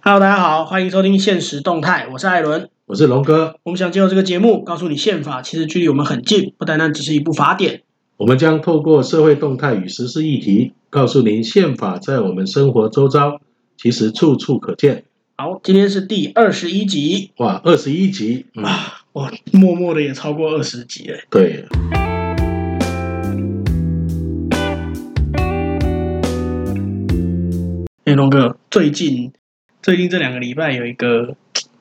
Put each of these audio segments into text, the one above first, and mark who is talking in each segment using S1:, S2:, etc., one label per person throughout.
S1: Hello，大家好，欢迎收听《现实动态》，我是艾伦。
S2: 我是龙哥，
S1: 我们想借由这个节目，告诉你宪法其实距离我们很近，不单单只是一部法典。
S2: 我们将透过社会动态与时事议题，告诉您宪法在我们生活周遭其实处处可见。
S1: 好，今天是第二十一集
S2: 哇，二十一集，嗯，
S1: 啊，我默默的也超过二十集了。
S2: 对，
S1: 哎，龙哥，最近最近这两个礼拜有一个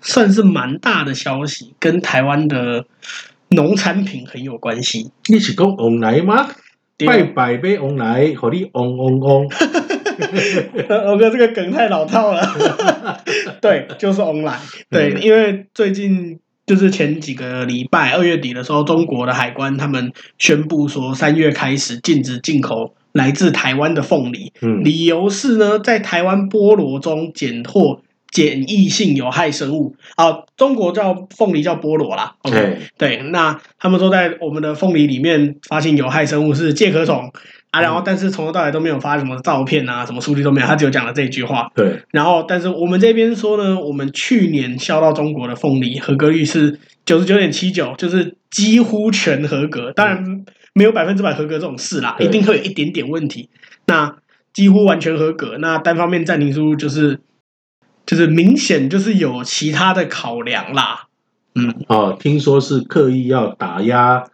S1: 算是蛮大的消息，跟台湾的农产品很有关系。
S2: 你是讲旺来吗？
S1: 对
S2: 拜拜杯旺来，和你旺旺旺。
S1: 龙哥这个梗太老套了， 对，就是 online。对，
S2: 嗯
S1: 因为最近就是前几个礼拜，二月底的时候，中国的海关他们宣布说，三月开始禁止进口来自台湾的凤梨，
S2: 嗯，
S1: 理由是呢，在台湾菠萝中检获检疫性有害生物啊，中国叫凤梨叫菠萝啦。OK，、
S2: 哎，
S1: 对，那他们说在我们的凤梨里面发现有害生物是介壳虫啊，然后但是从头到尾都没有发什么照片啊，什么数据都没有，他只有讲了这一句话。
S2: 对，
S1: 然后，但是我们这边说呢，我们去年销到中国的凤梨合格率是九十九点七九，就是几乎全合格。当然没有百分之百合格这种事啦，
S2: 对
S1: 一定会有一点点问题。那几乎完全合格，那单方面暂停输入就是就是明显就是有其他的考量啦。嗯，
S2: 哦，听说是刻意要打压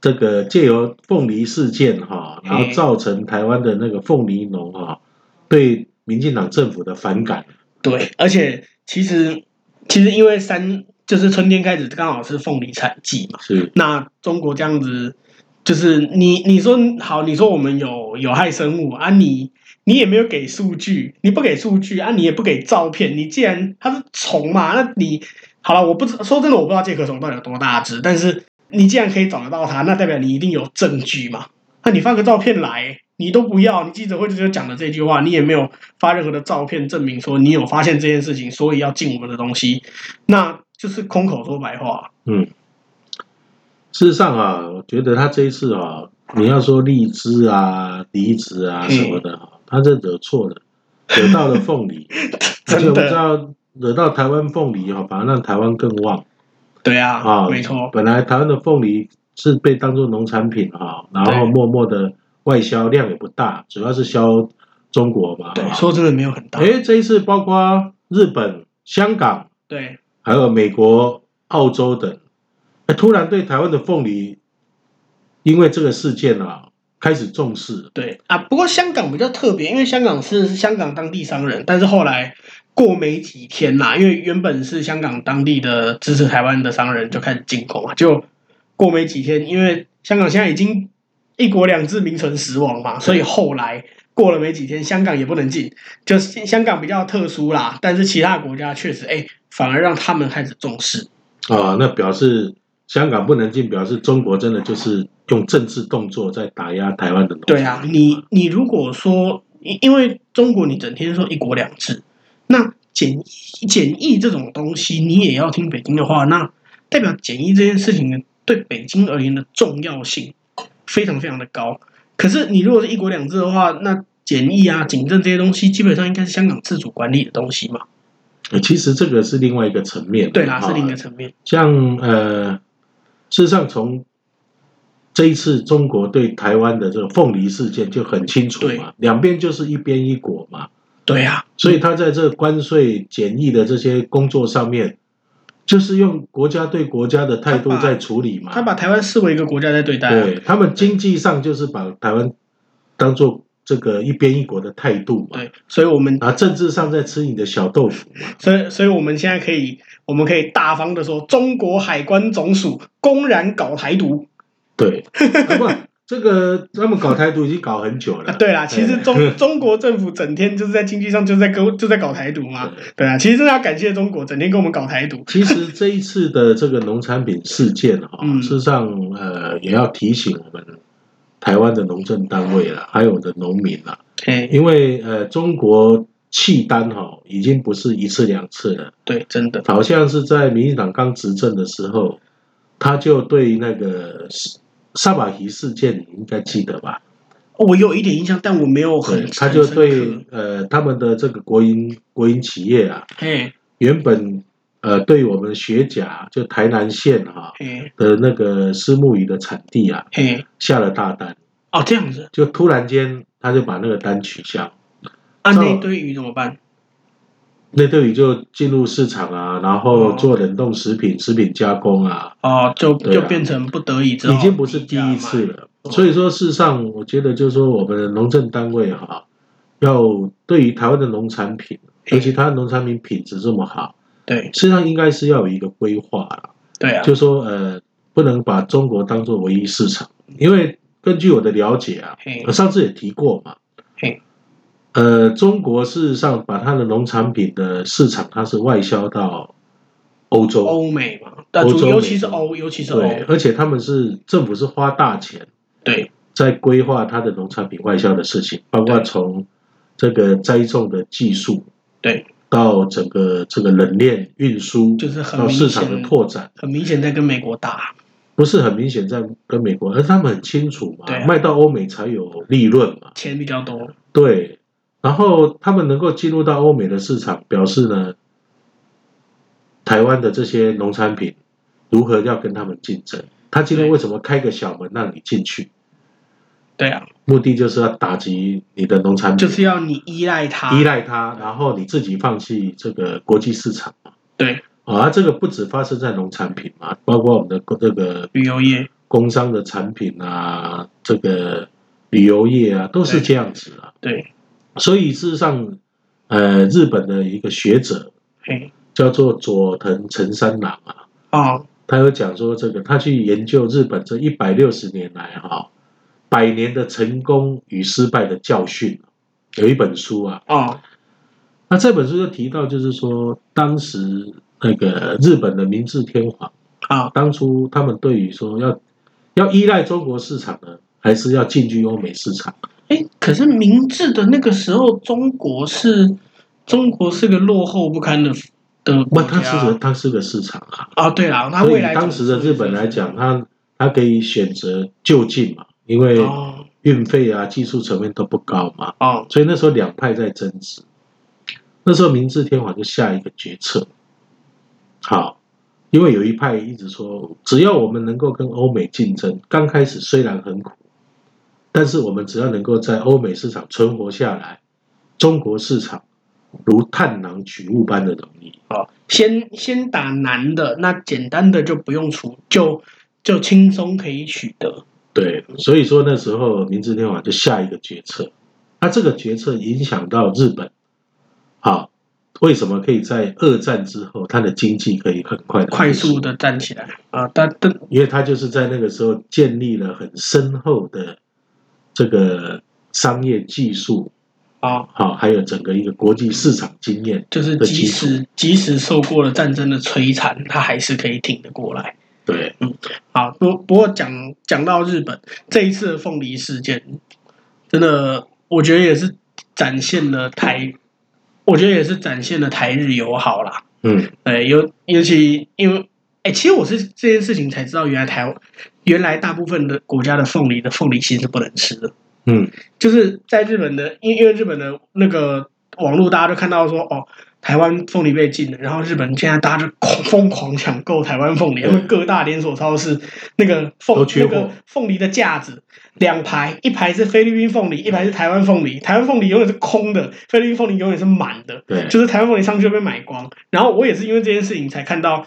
S2: 这个借由凤梨事件哈、然后
S1: 嗯
S2: 造成台湾的那个凤梨农哈、对民进党政府的反感。
S1: 对，而且其实其实因为三就是春天开始刚好是凤梨产季嘛。
S2: 是，
S1: 那中国这样子，就是你你说好，你说我们有有害生物啊你，你也没有给数据，你不给数据啊，你也不给照片，你既然它是虫嘛，那你好了，我不知说真的，我不知道介壳虫到底有多大只，但是你既然可以找得到它，那代表你一定有证据嘛。那你放个照片来，你都不要，你记者会就讲了这句话，你也没有发任何的照片证明说你有发现这件事情，所以要进我们的东西，那就是空口说白话。
S2: 嗯，事实上啊，我觉得他这一次啊，你要说荔枝啊、梨子啊
S1: 嗯
S2: 什么的、啊，他这惹错了，惹到了 凤梨，
S1: 真
S2: 而且
S1: 的
S2: 我们知道惹到台湾凤梨哈、反而让台湾更旺
S1: 对啊，
S2: 啊。
S1: 没错，
S2: 本来台湾的凤梨是被当做农产品哈、然后
S1: 对
S2: 默默的外销量也不大，主要是销中国嘛。
S1: 对，
S2: 啊
S1: 说真的没有很大，
S2: 诶，这一次包括日本、香港
S1: 对，
S2: 还有美国、澳洲等，哎突然对台湾的凤梨，因为这个事件啊，开始重视。
S1: 对啊。不过香港比较特别，因为香港是香港当地商人，但是后来过没几天啦，因为原本是香港当地的支持台湾的商人就开始进口嘛，就过没几天，因为香港现在已经一国两制名存实亡嘛，所以后来。过了没几天，香港也不能进，就是香港比较特殊啦。但是其他国家确实，哎、反而让他们开始重视。
S2: 啊，那表示香港不能进，表示中国真的就是用政治动作在打压台湾的农
S1: 对啊，
S2: 产品
S1: 你你如果说，因因为中国你整天说一国两制，那检疫检疫这种东西，你也要听北京的话，那代表检疫这件事情对北京而言的重要性非常非常的高。可是你如果是一国两制的话，那检疫啊、警政这些东西，基本上应该是香港自主管理的东西嘛。
S2: 呃其实这个是另外一个层面。
S1: 对啦，是
S2: 啊
S1: 另一个层面。
S2: 像呃，事实上从这一次中国对台湾的这个凤梨事件就很清楚
S1: 对
S2: 嘛，两边就是一边一果嘛。
S1: 对啊，
S2: 所以他在这关税检疫的这些工作上面，就是用国家对国家的态度
S1: 他把
S2: 在处理嘛。
S1: 他把台湾视为一个国家在对待、啊。
S2: 对他们经济上就是把台湾当做这个一边一国的态度嘛，
S1: 对，所以我们
S2: 啊，政治上在吃你的小豆腐嘛。
S1: 所以，所以我们现在可以，我们可以大方的说，中国海关总署公然搞台独。
S2: 对，啊、不，这个他们搞台独已经搞很久
S1: 啊、
S2: 了。
S1: 对啦，其实中中国政府整天就是在经济上就是在跟就在搞台独嘛。
S2: 对
S1: 对啊，其实真的要感谢中国，整天跟我们搞台独。
S2: 其实这一次的这个农产品事件哈、
S1: 嗯
S2: 事实上呃也要提醒我们台湾的农政单位了，还有我们的农民啦、
S1: 嘿，
S2: 因为呃，中国契丹哈、已经不是一次两次了，
S1: 对，真的，
S2: 好像是在民进党刚执政的时候，他就对那个萨萨瓦提事件，你应该记得吧？
S1: 哦我有一点印象，但我没有
S2: 对
S1: 很，
S2: 他就
S1: 很深刻
S2: 对呃他们的这个国营国营企业啊，
S1: 嘿
S2: 原本呃对我们学甲就台南县哈、
S1: 嘿
S2: 的那个虱目鱼的产地啊
S1: 嘿，
S2: 下了大单，
S1: 哦这样子，
S2: 就突然间他就把那个单取消，
S1: 啊
S2: 照
S1: 那堆鱼怎么办？
S2: 那对鱼就进入市场啊，然后
S1: 哦
S2: 做冷冻食品、食品加工啊，
S1: 哦，就
S2: 对啊
S1: 就变成不得已之后，
S2: 已经不是第一次了。所以说，事实上，我觉得就是说，我们的农政单位哈、要对于台湾的农产品，
S1: 嗯
S2: 尤其台湾农产品品质这么好，
S1: 对
S2: 事实上应该是要有一个规划啦，
S1: 对啊，
S2: 就说呃，不能把中国当做唯一市场，因为根据我的了解啊，
S1: 嘿
S2: 我上次也提过嘛
S1: 嘿，
S2: 呃，中国事实上把它的农产品的市场，它是外销到欧洲，
S1: 欧美嘛，但
S2: 欧
S1: 主
S2: 洲
S1: 尤
S2: 美
S1: 其是
S2: 洲
S1: 欧，尤其是欧，
S2: 对，而且他们是政府是花大钱
S1: 对
S2: 在规划它的农产品外销的事情，包括
S1: 对
S2: 从这个栽种的技术
S1: 对，
S2: 到整个这个冷链运输，
S1: 就是很
S2: 到
S1: 明
S2: 市场
S1: 显
S2: 的拓展，
S1: 很明显在跟美国打，
S2: 不是很明显在跟美国，而他们很清楚嘛，
S1: 对啊
S2: 卖到欧美才有利润嘛，
S1: 钱比较多，
S2: 对。然后他们能够进入到欧美的市场，表示呢，台湾的这些农产品如何要跟他们竞争？他今天
S1: 对
S2: 为什么开个小门让你进去？
S1: 对啊，
S2: 目的就是要打击你的农产
S1: 就
S2: 品，
S1: 是要你依赖它，
S2: 依赖它，然后你自己放弃这个国际市场嘛
S1: 对
S2: 啊，这个不只发生在农产品嘛，包括我们的这个
S1: 旅游业，
S2: 工商的产品啊，这个旅游业啊，都是
S1: 对
S2: 这样子啊。
S1: 对，
S2: 所以事实上，呃，日本的一个学者
S1: 嘿，
S2: 叫做佐藤成三郎啊，
S1: 哦，
S2: 他有讲说这个，他去研究日本这一百六十年来哈、百年的成功与失败的教训，啊有一本书啊。
S1: 哦，
S2: 那这本书就提到，就是说当时那个日本的明治天皇，
S1: 啊，
S2: 当初他们对于说要要依赖中国市场呢，还是要进军欧美市场？
S1: 哎，可是明治的那个时候，中国是中国是个落后不堪的的
S2: 不，
S1: 国
S2: 它是个
S1: 家
S2: 它是个市场啊。
S1: 啊，对啦，那
S2: 所
S1: 啊未
S2: 以
S1: 来
S2: 当时的
S1: 总是
S2: 日本来讲，它它可以选择就近嘛，因为
S1: 哦
S2: 运费啊、技术层面都不高嘛。
S1: 哦，
S2: 所以那时候两派在争执。那时候明治天皇就下一个决策，好，因为有一派一直说，只要我们能够跟欧美竞争，刚开始虽然很苦，但是我们只要能够在欧美市场存活下来，中国市场如探囊取物般的容易。
S1: 哦，先先打难的，那简单的就不用除，就就轻松可以取得。
S2: 对，所以说那时候明治天皇就下一个决策，那这个决策影响到日本，啊，为什么可以在二战之后，它的经济可以很快的
S1: 快速？的站起来啊！但但
S2: 因为它就是在那个时候建立了很深厚的这个商业技术，
S1: 啊，
S2: 好、还有整个一个国际市场经验。
S1: 就是
S2: 的
S1: 即
S2: 基础
S1: 使即使受过了战争的摧残，他还是可以挺得过来。
S2: 对，
S1: 好，不不过讲讲到日本这一次的凤梨事件，真的我觉得也是展现了台，我觉得也是展现了台日友好啦。
S2: 嗯，
S1: 对，尤尤其因为，哎、其实我是这件事情才知道，原来台湾原来大部分的国家的凤梨的凤梨心是不能吃的，
S2: 嗯，
S1: 就是在日本的，因因为日本的那个网络，大家就看到说，哦，台湾凤梨被禁了，然后日本现在大家就狂疯狂抢购台湾凤梨，
S2: 对
S1: 他们各大连锁超市那个
S2: 都
S1: 凤
S2: 缺
S1: 那
S2: 货
S1: 个凤梨的架子两排，一排是菲律宾凤梨，一排是台湾凤梨，台湾凤梨永远是空的，菲律宾凤梨永远是满的，
S2: 对，
S1: 就是台湾凤梨上去就被买光。然后我也是因为这件事情才看到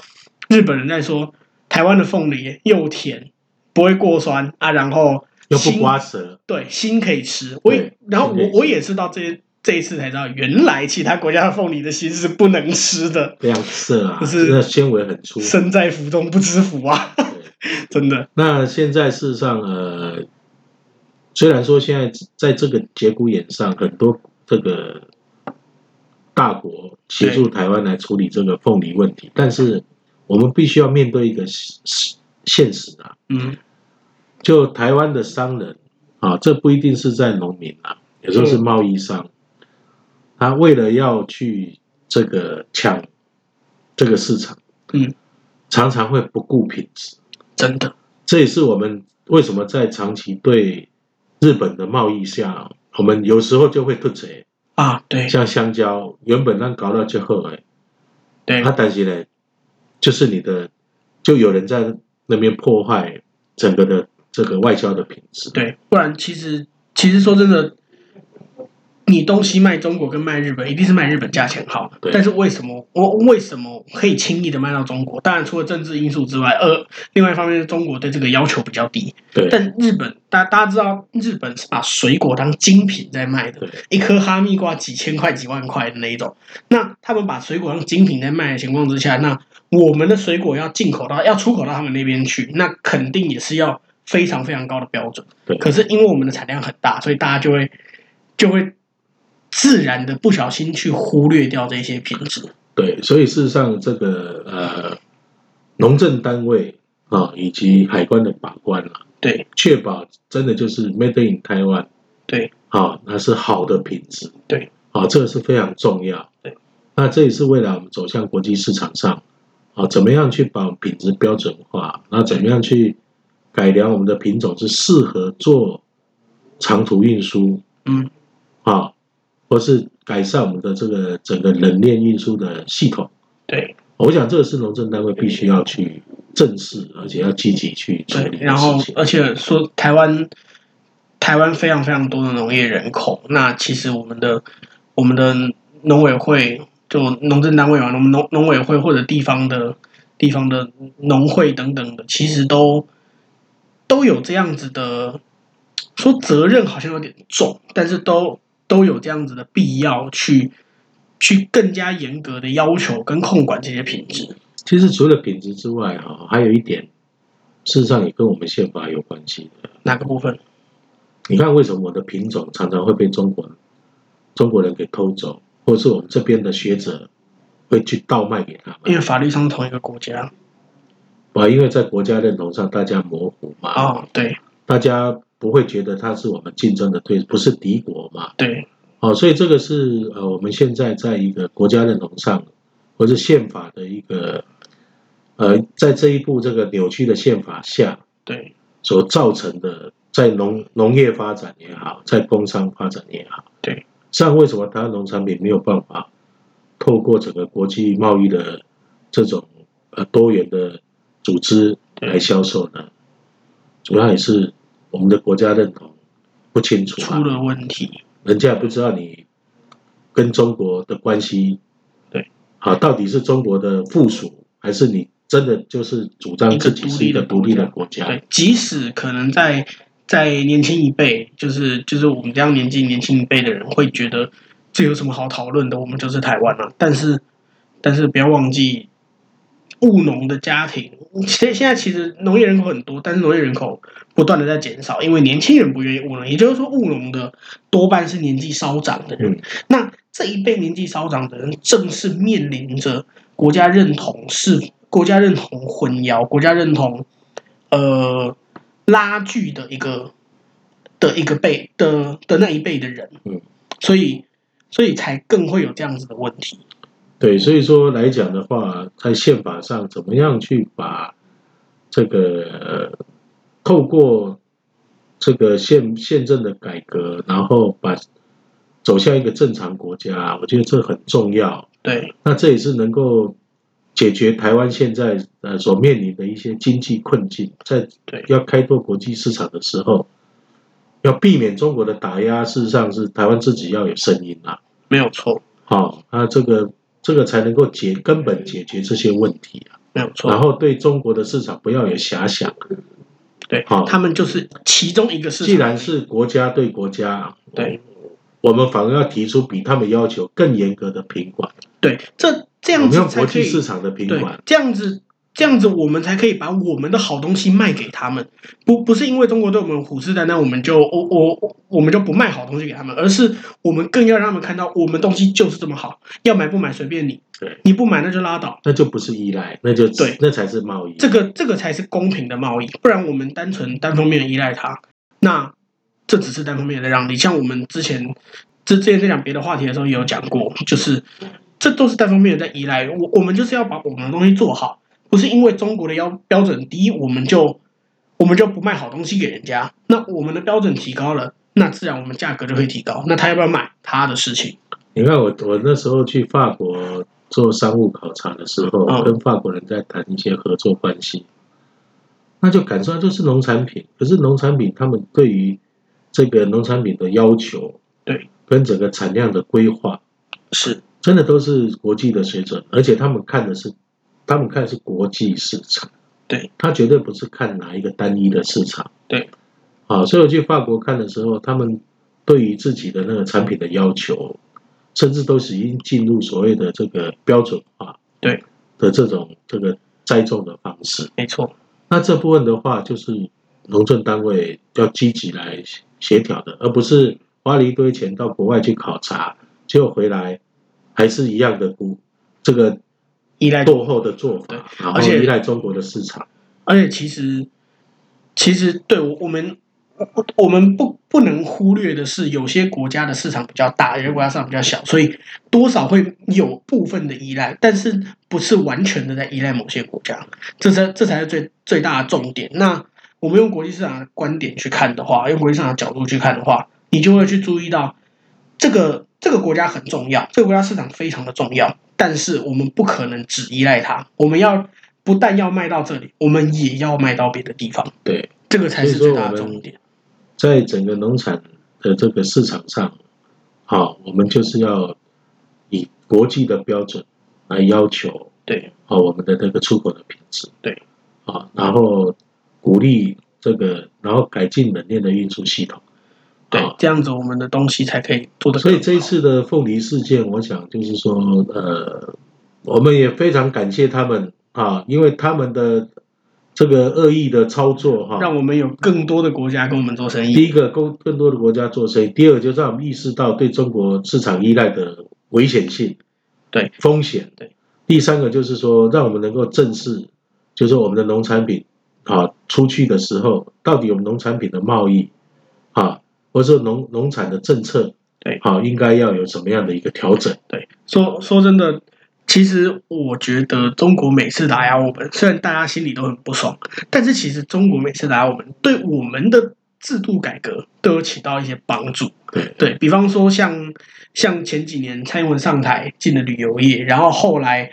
S1: 日本人在说台湾的凤梨又甜，不会过酸啊，然后
S2: 又
S1: 心
S2: 不刮舌，
S1: 对心可以吃。我也
S2: 对
S1: 然后我
S2: 心可以吃
S1: 我也是到这这一次才知道，原来其他国家的凤梨的心是不能吃的，
S2: 非常涩啊，
S1: 就是
S2: 那纤维很粗。
S1: 身在福中不知福啊，
S2: 对
S1: 真的。
S2: 那现在事实上，呃，虽然说现在在这个节骨眼上，很多这个大国协助台湾来处理这个凤梨问题，但是我们必须要面对一个现现现实啊，
S1: 嗯，
S2: 就台湾的商人啊，这不一定是在农民啊，有时候是贸易商，他为了要去这个抢这个市场，
S1: 嗯，
S2: 常常会不顾品质。
S1: 真的，
S2: 这也是我们为什么在长期对日本的贸易下，我们有时候就会吐槽，
S1: 啊，对
S2: 像香蕉原本让搞到就好哎，
S1: 对
S2: 啊，但是呢，就是你的，就有人在那边破坏整个的这个外交的品质。
S1: 对，不然其实其实说真的，你东西卖中国跟卖日本，一定是卖日本价钱好
S2: 对。
S1: 但是为什么我为什么可以轻易的卖到中国？当然除了政治因素之外，呃，另外一方面是中国对这个要求比较低。
S2: 对
S1: 但日本大大家知道，日本是把水果当精品在卖的
S2: 对，
S1: 一颗哈密瓜几千块、几万块的那一种。那他们把水果当精品在卖的情况之下，那我们的水果要进口到要出口到他们那边去，那肯定也是要非常非常高的标准。
S2: 对
S1: 可是因为我们的产量很大，所以大家就会就会自然的不小心去忽略掉这些品质。
S2: 对，所以事实上，这个呃，农政单位啊，以及海关的把关啊，
S1: 对
S2: 确保真的就是 Made in Taiwan，
S1: 对，
S2: 啊，那是好的品质，
S1: 对，
S2: 啊，这个是非常重要，
S1: 对，
S2: 那这也是未来我们走向国际市场上，啊，怎么样去把品质标准化，那怎么样去改良我们的品种是适合做长途运输，
S1: 嗯，
S2: 啊，或是改善我们的这个整个冷链运输的系统。
S1: 对
S2: 我想这个是农政单位必须要去正视，而且要积极去处
S1: 对
S2: 理，的
S1: 然后
S2: 事情。
S1: 而且说台湾台湾非常非常多的农业人口，那其实我们的我们的农委会就农政单位嘛，农农农委会或者地方的地方的农会等等的，其实都都有这样子的，说责任好像有点重，但是都都有这样子的必要去去更加严格的要求跟控管这些品质。
S2: 其实除了品质之外，哈，还有一点，事实上也跟我们宪法有关系的。
S1: 哪个部分？
S2: 你看，为什么我的品种常常会被中国中国人给偷走，或是我们这边的学者会去倒卖给他
S1: 因
S2: 们？
S1: 为法律上是同一个国家
S2: 啊，因为在国家认同上大家模糊嘛，
S1: 哦，对
S2: 大家不会觉得他是我们竞争的对手，不是敌国嘛。
S1: 对
S2: 哦，所以这个是呃，我们现在在一个国家认同上，或者宪法的一个呃，在这一步这个扭曲的宪法下
S1: 对
S2: 所造成的，在农农业发展也好，在工商发展也好，
S1: 对
S2: 实际上为什么台湾农产品没有办法透过整个国际贸易的这种呃多元的组织来销售呢？主要也是我们的国家认同不清楚、啊，
S1: 出了问题，
S2: 人家也不知道你跟中国的关系，
S1: 对，
S2: 啊，到底是中国的附属，还是你真的就是主张自己是一个独立的国家？
S1: 对，即使可能在在年轻一辈，就是就是我们这样年纪年轻一辈的人会觉得这有什么好讨论的，我们就是台湾啊，但是但是不要忘记。务农的家庭，现现在其实农业人口很多，但是农业人口不断的在减少，因为年轻人不愿意务农，也就是说务农的多半是年纪稍长的人。
S2: 嗯
S1: 那这一辈年纪稍长的人，正是面临着国家认同是国家认同混淆、国家认同呃拉锯的一个的一个辈的的那一辈的人，
S2: 嗯，
S1: 所以所以才更会有这样子的问题。
S2: 对，所以说来讲的话，在宪法上怎么样去把这个、呃、透过这个宪宪政的改革，然后把走向一个正常国家，我觉得这很重要。
S1: 对
S2: 那这也是能够解决台湾现在呃所面临的一些经济困境，在
S1: 对
S2: 要开拓国际市场的时候，要避免中国的打压，事实上是台湾自己要有声音啊，
S1: 没有错，
S2: 好、那这个这个才能够解根本解决这些问题啊，
S1: 没有错。
S2: 然后对中国的市场不要有遐想，
S1: 对
S2: 好
S1: 他们就是其中一个市
S2: 既
S1: 场。
S2: 然是国家对国家，啊
S1: 对
S2: 我们反而要提出比他们要求更严格的品管，
S1: 对，这这
S2: 我
S1: 样
S2: 们
S1: 子
S2: 要
S1: 才
S2: 国
S1: 可
S2: 际
S1: 以
S2: 市场的品
S1: 对
S2: 管，，
S1: 这样子，这样子我们才可以把我们的好东西卖给他们。不，不是因为中国对我们虎视眈眈，我们就我我我们就不卖好东西给他们，而是我们更要让他们看到我们东西就是这么好，要买不买随便你
S2: 对，
S1: 你不买那就拉倒。
S2: 那就不是依赖，那就
S1: 对
S2: 那才是贸易。
S1: 这个这个才是公平的贸易，不然我们单纯单方面的依赖它，那这只是单方面的让利。像我们之前之之前在讲别的话题的时候也有讲过，就是这都是单方面的在依赖。我我们就是要把我们的东西做好，不是因为中国的要标准低，我们就我们就不卖好东西给人家。那我们的标准提高了，那自然我们价格就会提高。那他要不要买，他的事情。
S2: 你看我我那时候去法国做商务考察的时候，
S1: 嗯
S2: 跟法国人在谈一些合作关系，那就感受到就是农产品，可是农产品他们对于这个农产品的要求，
S1: 对，
S2: 跟整个产量的规划，
S1: 是，
S2: 真的都是国际的水准，而且他们看的是，他们看的是国际市场，
S1: 对，
S2: 他绝对不是看哪一个单一的市场，
S1: 对，
S2: 啊，所以我去法国看的时候，他们对于自己的那个产品的要求，甚至都是已经进入所谓的这个标准化，
S1: 对
S2: 的这种这个栽种的方式。
S1: 没错，
S2: 那这部分的话，就是农政单位要积极来协调的，而不是花了一堆钱到国外去考察，结果回来还是一样的股这个
S1: 依赖度。
S2: 落后的做
S1: 对
S2: 法，然后
S1: 而且
S2: 依赖中国的市场。
S1: 而且其实，其实对我我们我我们不不能忽略的是，有些国家的市场比较大，有些国家市场比较小，所以多少会有部分的依赖，但是不是完全的在依赖某些国家，这才这才是最最大的重点。那我们用国际市场的观点去看的话，用国际市场的角度去看的话，你就会去注意到这个这个国家很重要，这个国家市场非常的重要，但是我们不可能只依赖它，我们要不但要卖到这里，我们也要卖到别的地方，
S2: 对，
S1: 这个才是最大的重点。
S2: 在整个农产的这个市场上，好、我们就是要以国际的标准来要求
S1: 对
S2: 啊、我们的这个出口的品质，
S1: 对，
S2: 啊、然后鼓励这个，然后改进冷链的运输系统，
S1: 对
S2: 啊，
S1: 这样子我们的东西才可以做得
S2: 所
S1: 更好。
S2: 以这一次的凤梨事件，我想就是说，呃，我们也非常感谢他们啊，因为他们的这个恶意的操作哈、
S1: 让我们有更多的国家跟我们做生
S2: 第
S1: 意。
S2: 一个更更多的国家做生意，第二个就让我们意识到对中国市场依赖的危险性，
S1: 对
S2: 风险，
S1: 对。
S2: 第三个就是说，让我们能够正视，就是我们的农产品啊出去的时候，到底我们农产品的贸易啊，或者说农农产的政策，
S1: 对
S2: 啊，应该要有什么样的一个调整？
S1: 对，说说真的，其实我觉得中国每次打压我们，虽然大家心里都很不爽，但是其实中国每次打压我们，对我们的制度改革都有起到一些帮助。
S2: 对
S1: 对比方说像像前几年蔡英文上台进了旅游业，然后后来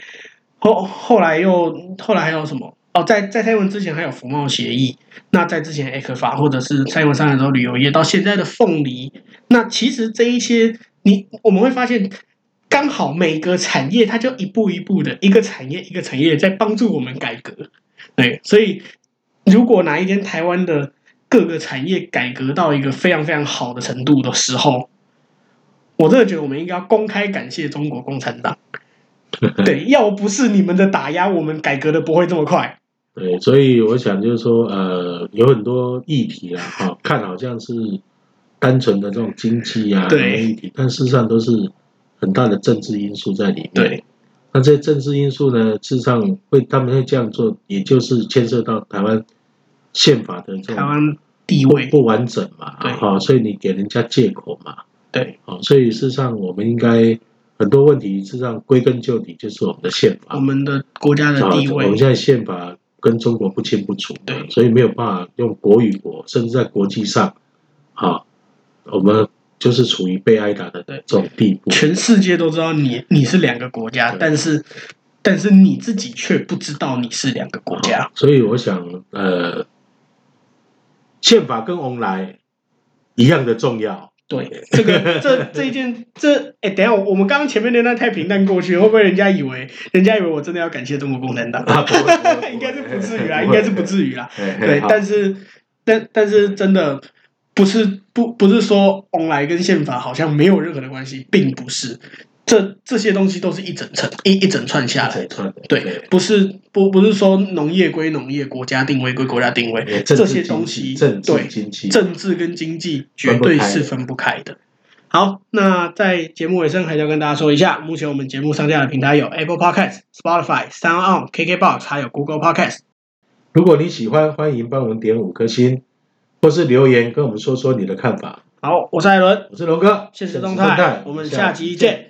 S1: 后后来又后来还有什么？哦，在在蔡英文之前还有服贸协议，那在之前 A 克法或者是蔡英文上台之后旅游业，到现在的凤梨，那其实这一些你我们会发现。刚好每个产业，它就一步一步的，一个产业一个产业在帮助我们改革，对，所以如果哪一天台湾的各个产业改革到一个非常非常好的程度的时候，我真的觉得我们应该要公开感谢中国共产党。对，要不是你们的打压，我们改革的不会这么快。
S2: 对，所以我想就是说，呃，有很多议题啦，哈、看好像是单纯的这种经济啊
S1: 对
S2: 什么议题，但事实上都是很大的政治因素在里面。，，那这些政治因素呢，事实上会他们会这样做，也就是牵涉到台湾宪法的这
S1: 台
S2: 种
S1: 湾地位，
S2: 不完整嘛，
S1: 对
S2: 哈、所以你给人家借口嘛，
S1: 对
S2: 哦，所以事实上我们应该很多问题，事实上归根究底就是我们的宪法
S1: 我。们的国家的
S2: 啊，
S1: 嗯地
S2: 我
S1: 位
S2: 们，现在宪法跟中国不清不楚，
S1: 对
S2: 所以没有办法用国与国，甚至在国际上，啊，我们就是处于被挨打的这种地步。
S1: 全世界都知道你你是两个国家，
S2: 对
S1: 但是但是你自己却不知道你是两个国家。
S2: 所以我想，呃，宪法跟翁来一样的重要。
S1: 对，这个这这一件这哎，等一下我们刚刚前面那段太平淡过去，会不会人家以为人家以为我真的要感谢中国共产党？
S2: 啊不会不会不会
S1: 应该是不至于啦，啊
S2: 不会
S1: 应该是不至于啦。对
S2: 对，
S1: 但是但但是真的不是不不是说往来跟宪法好像没有任何的关系，并不是。这这些东西都是一整层一一整串下来
S2: 整
S1: 的。
S2: 串的
S1: 对，不是不不是说农业归农业，国家定位归国家定位，
S2: 对，
S1: 这
S2: 政
S1: 些
S2: 治
S1: 东
S2: 经
S1: 西
S2: 济、政
S1: 对
S2: 治经济，
S1: 政治跟经济绝对是分不开的。好，那在节目尾声还是要跟大家说一下，目前我们节目上架的平台有 Apple Podcast、Spotify、Sound On、KKBox，还有 Google Podcast。
S2: 如果你喜欢，欢迎帮我们点五颗星，或是留言跟我们说说你的看法。
S1: 好，我是艾伦，
S2: 我是龙哥，
S1: 现实
S2: 现
S1: 动
S2: 实
S1: 态，我们下期见。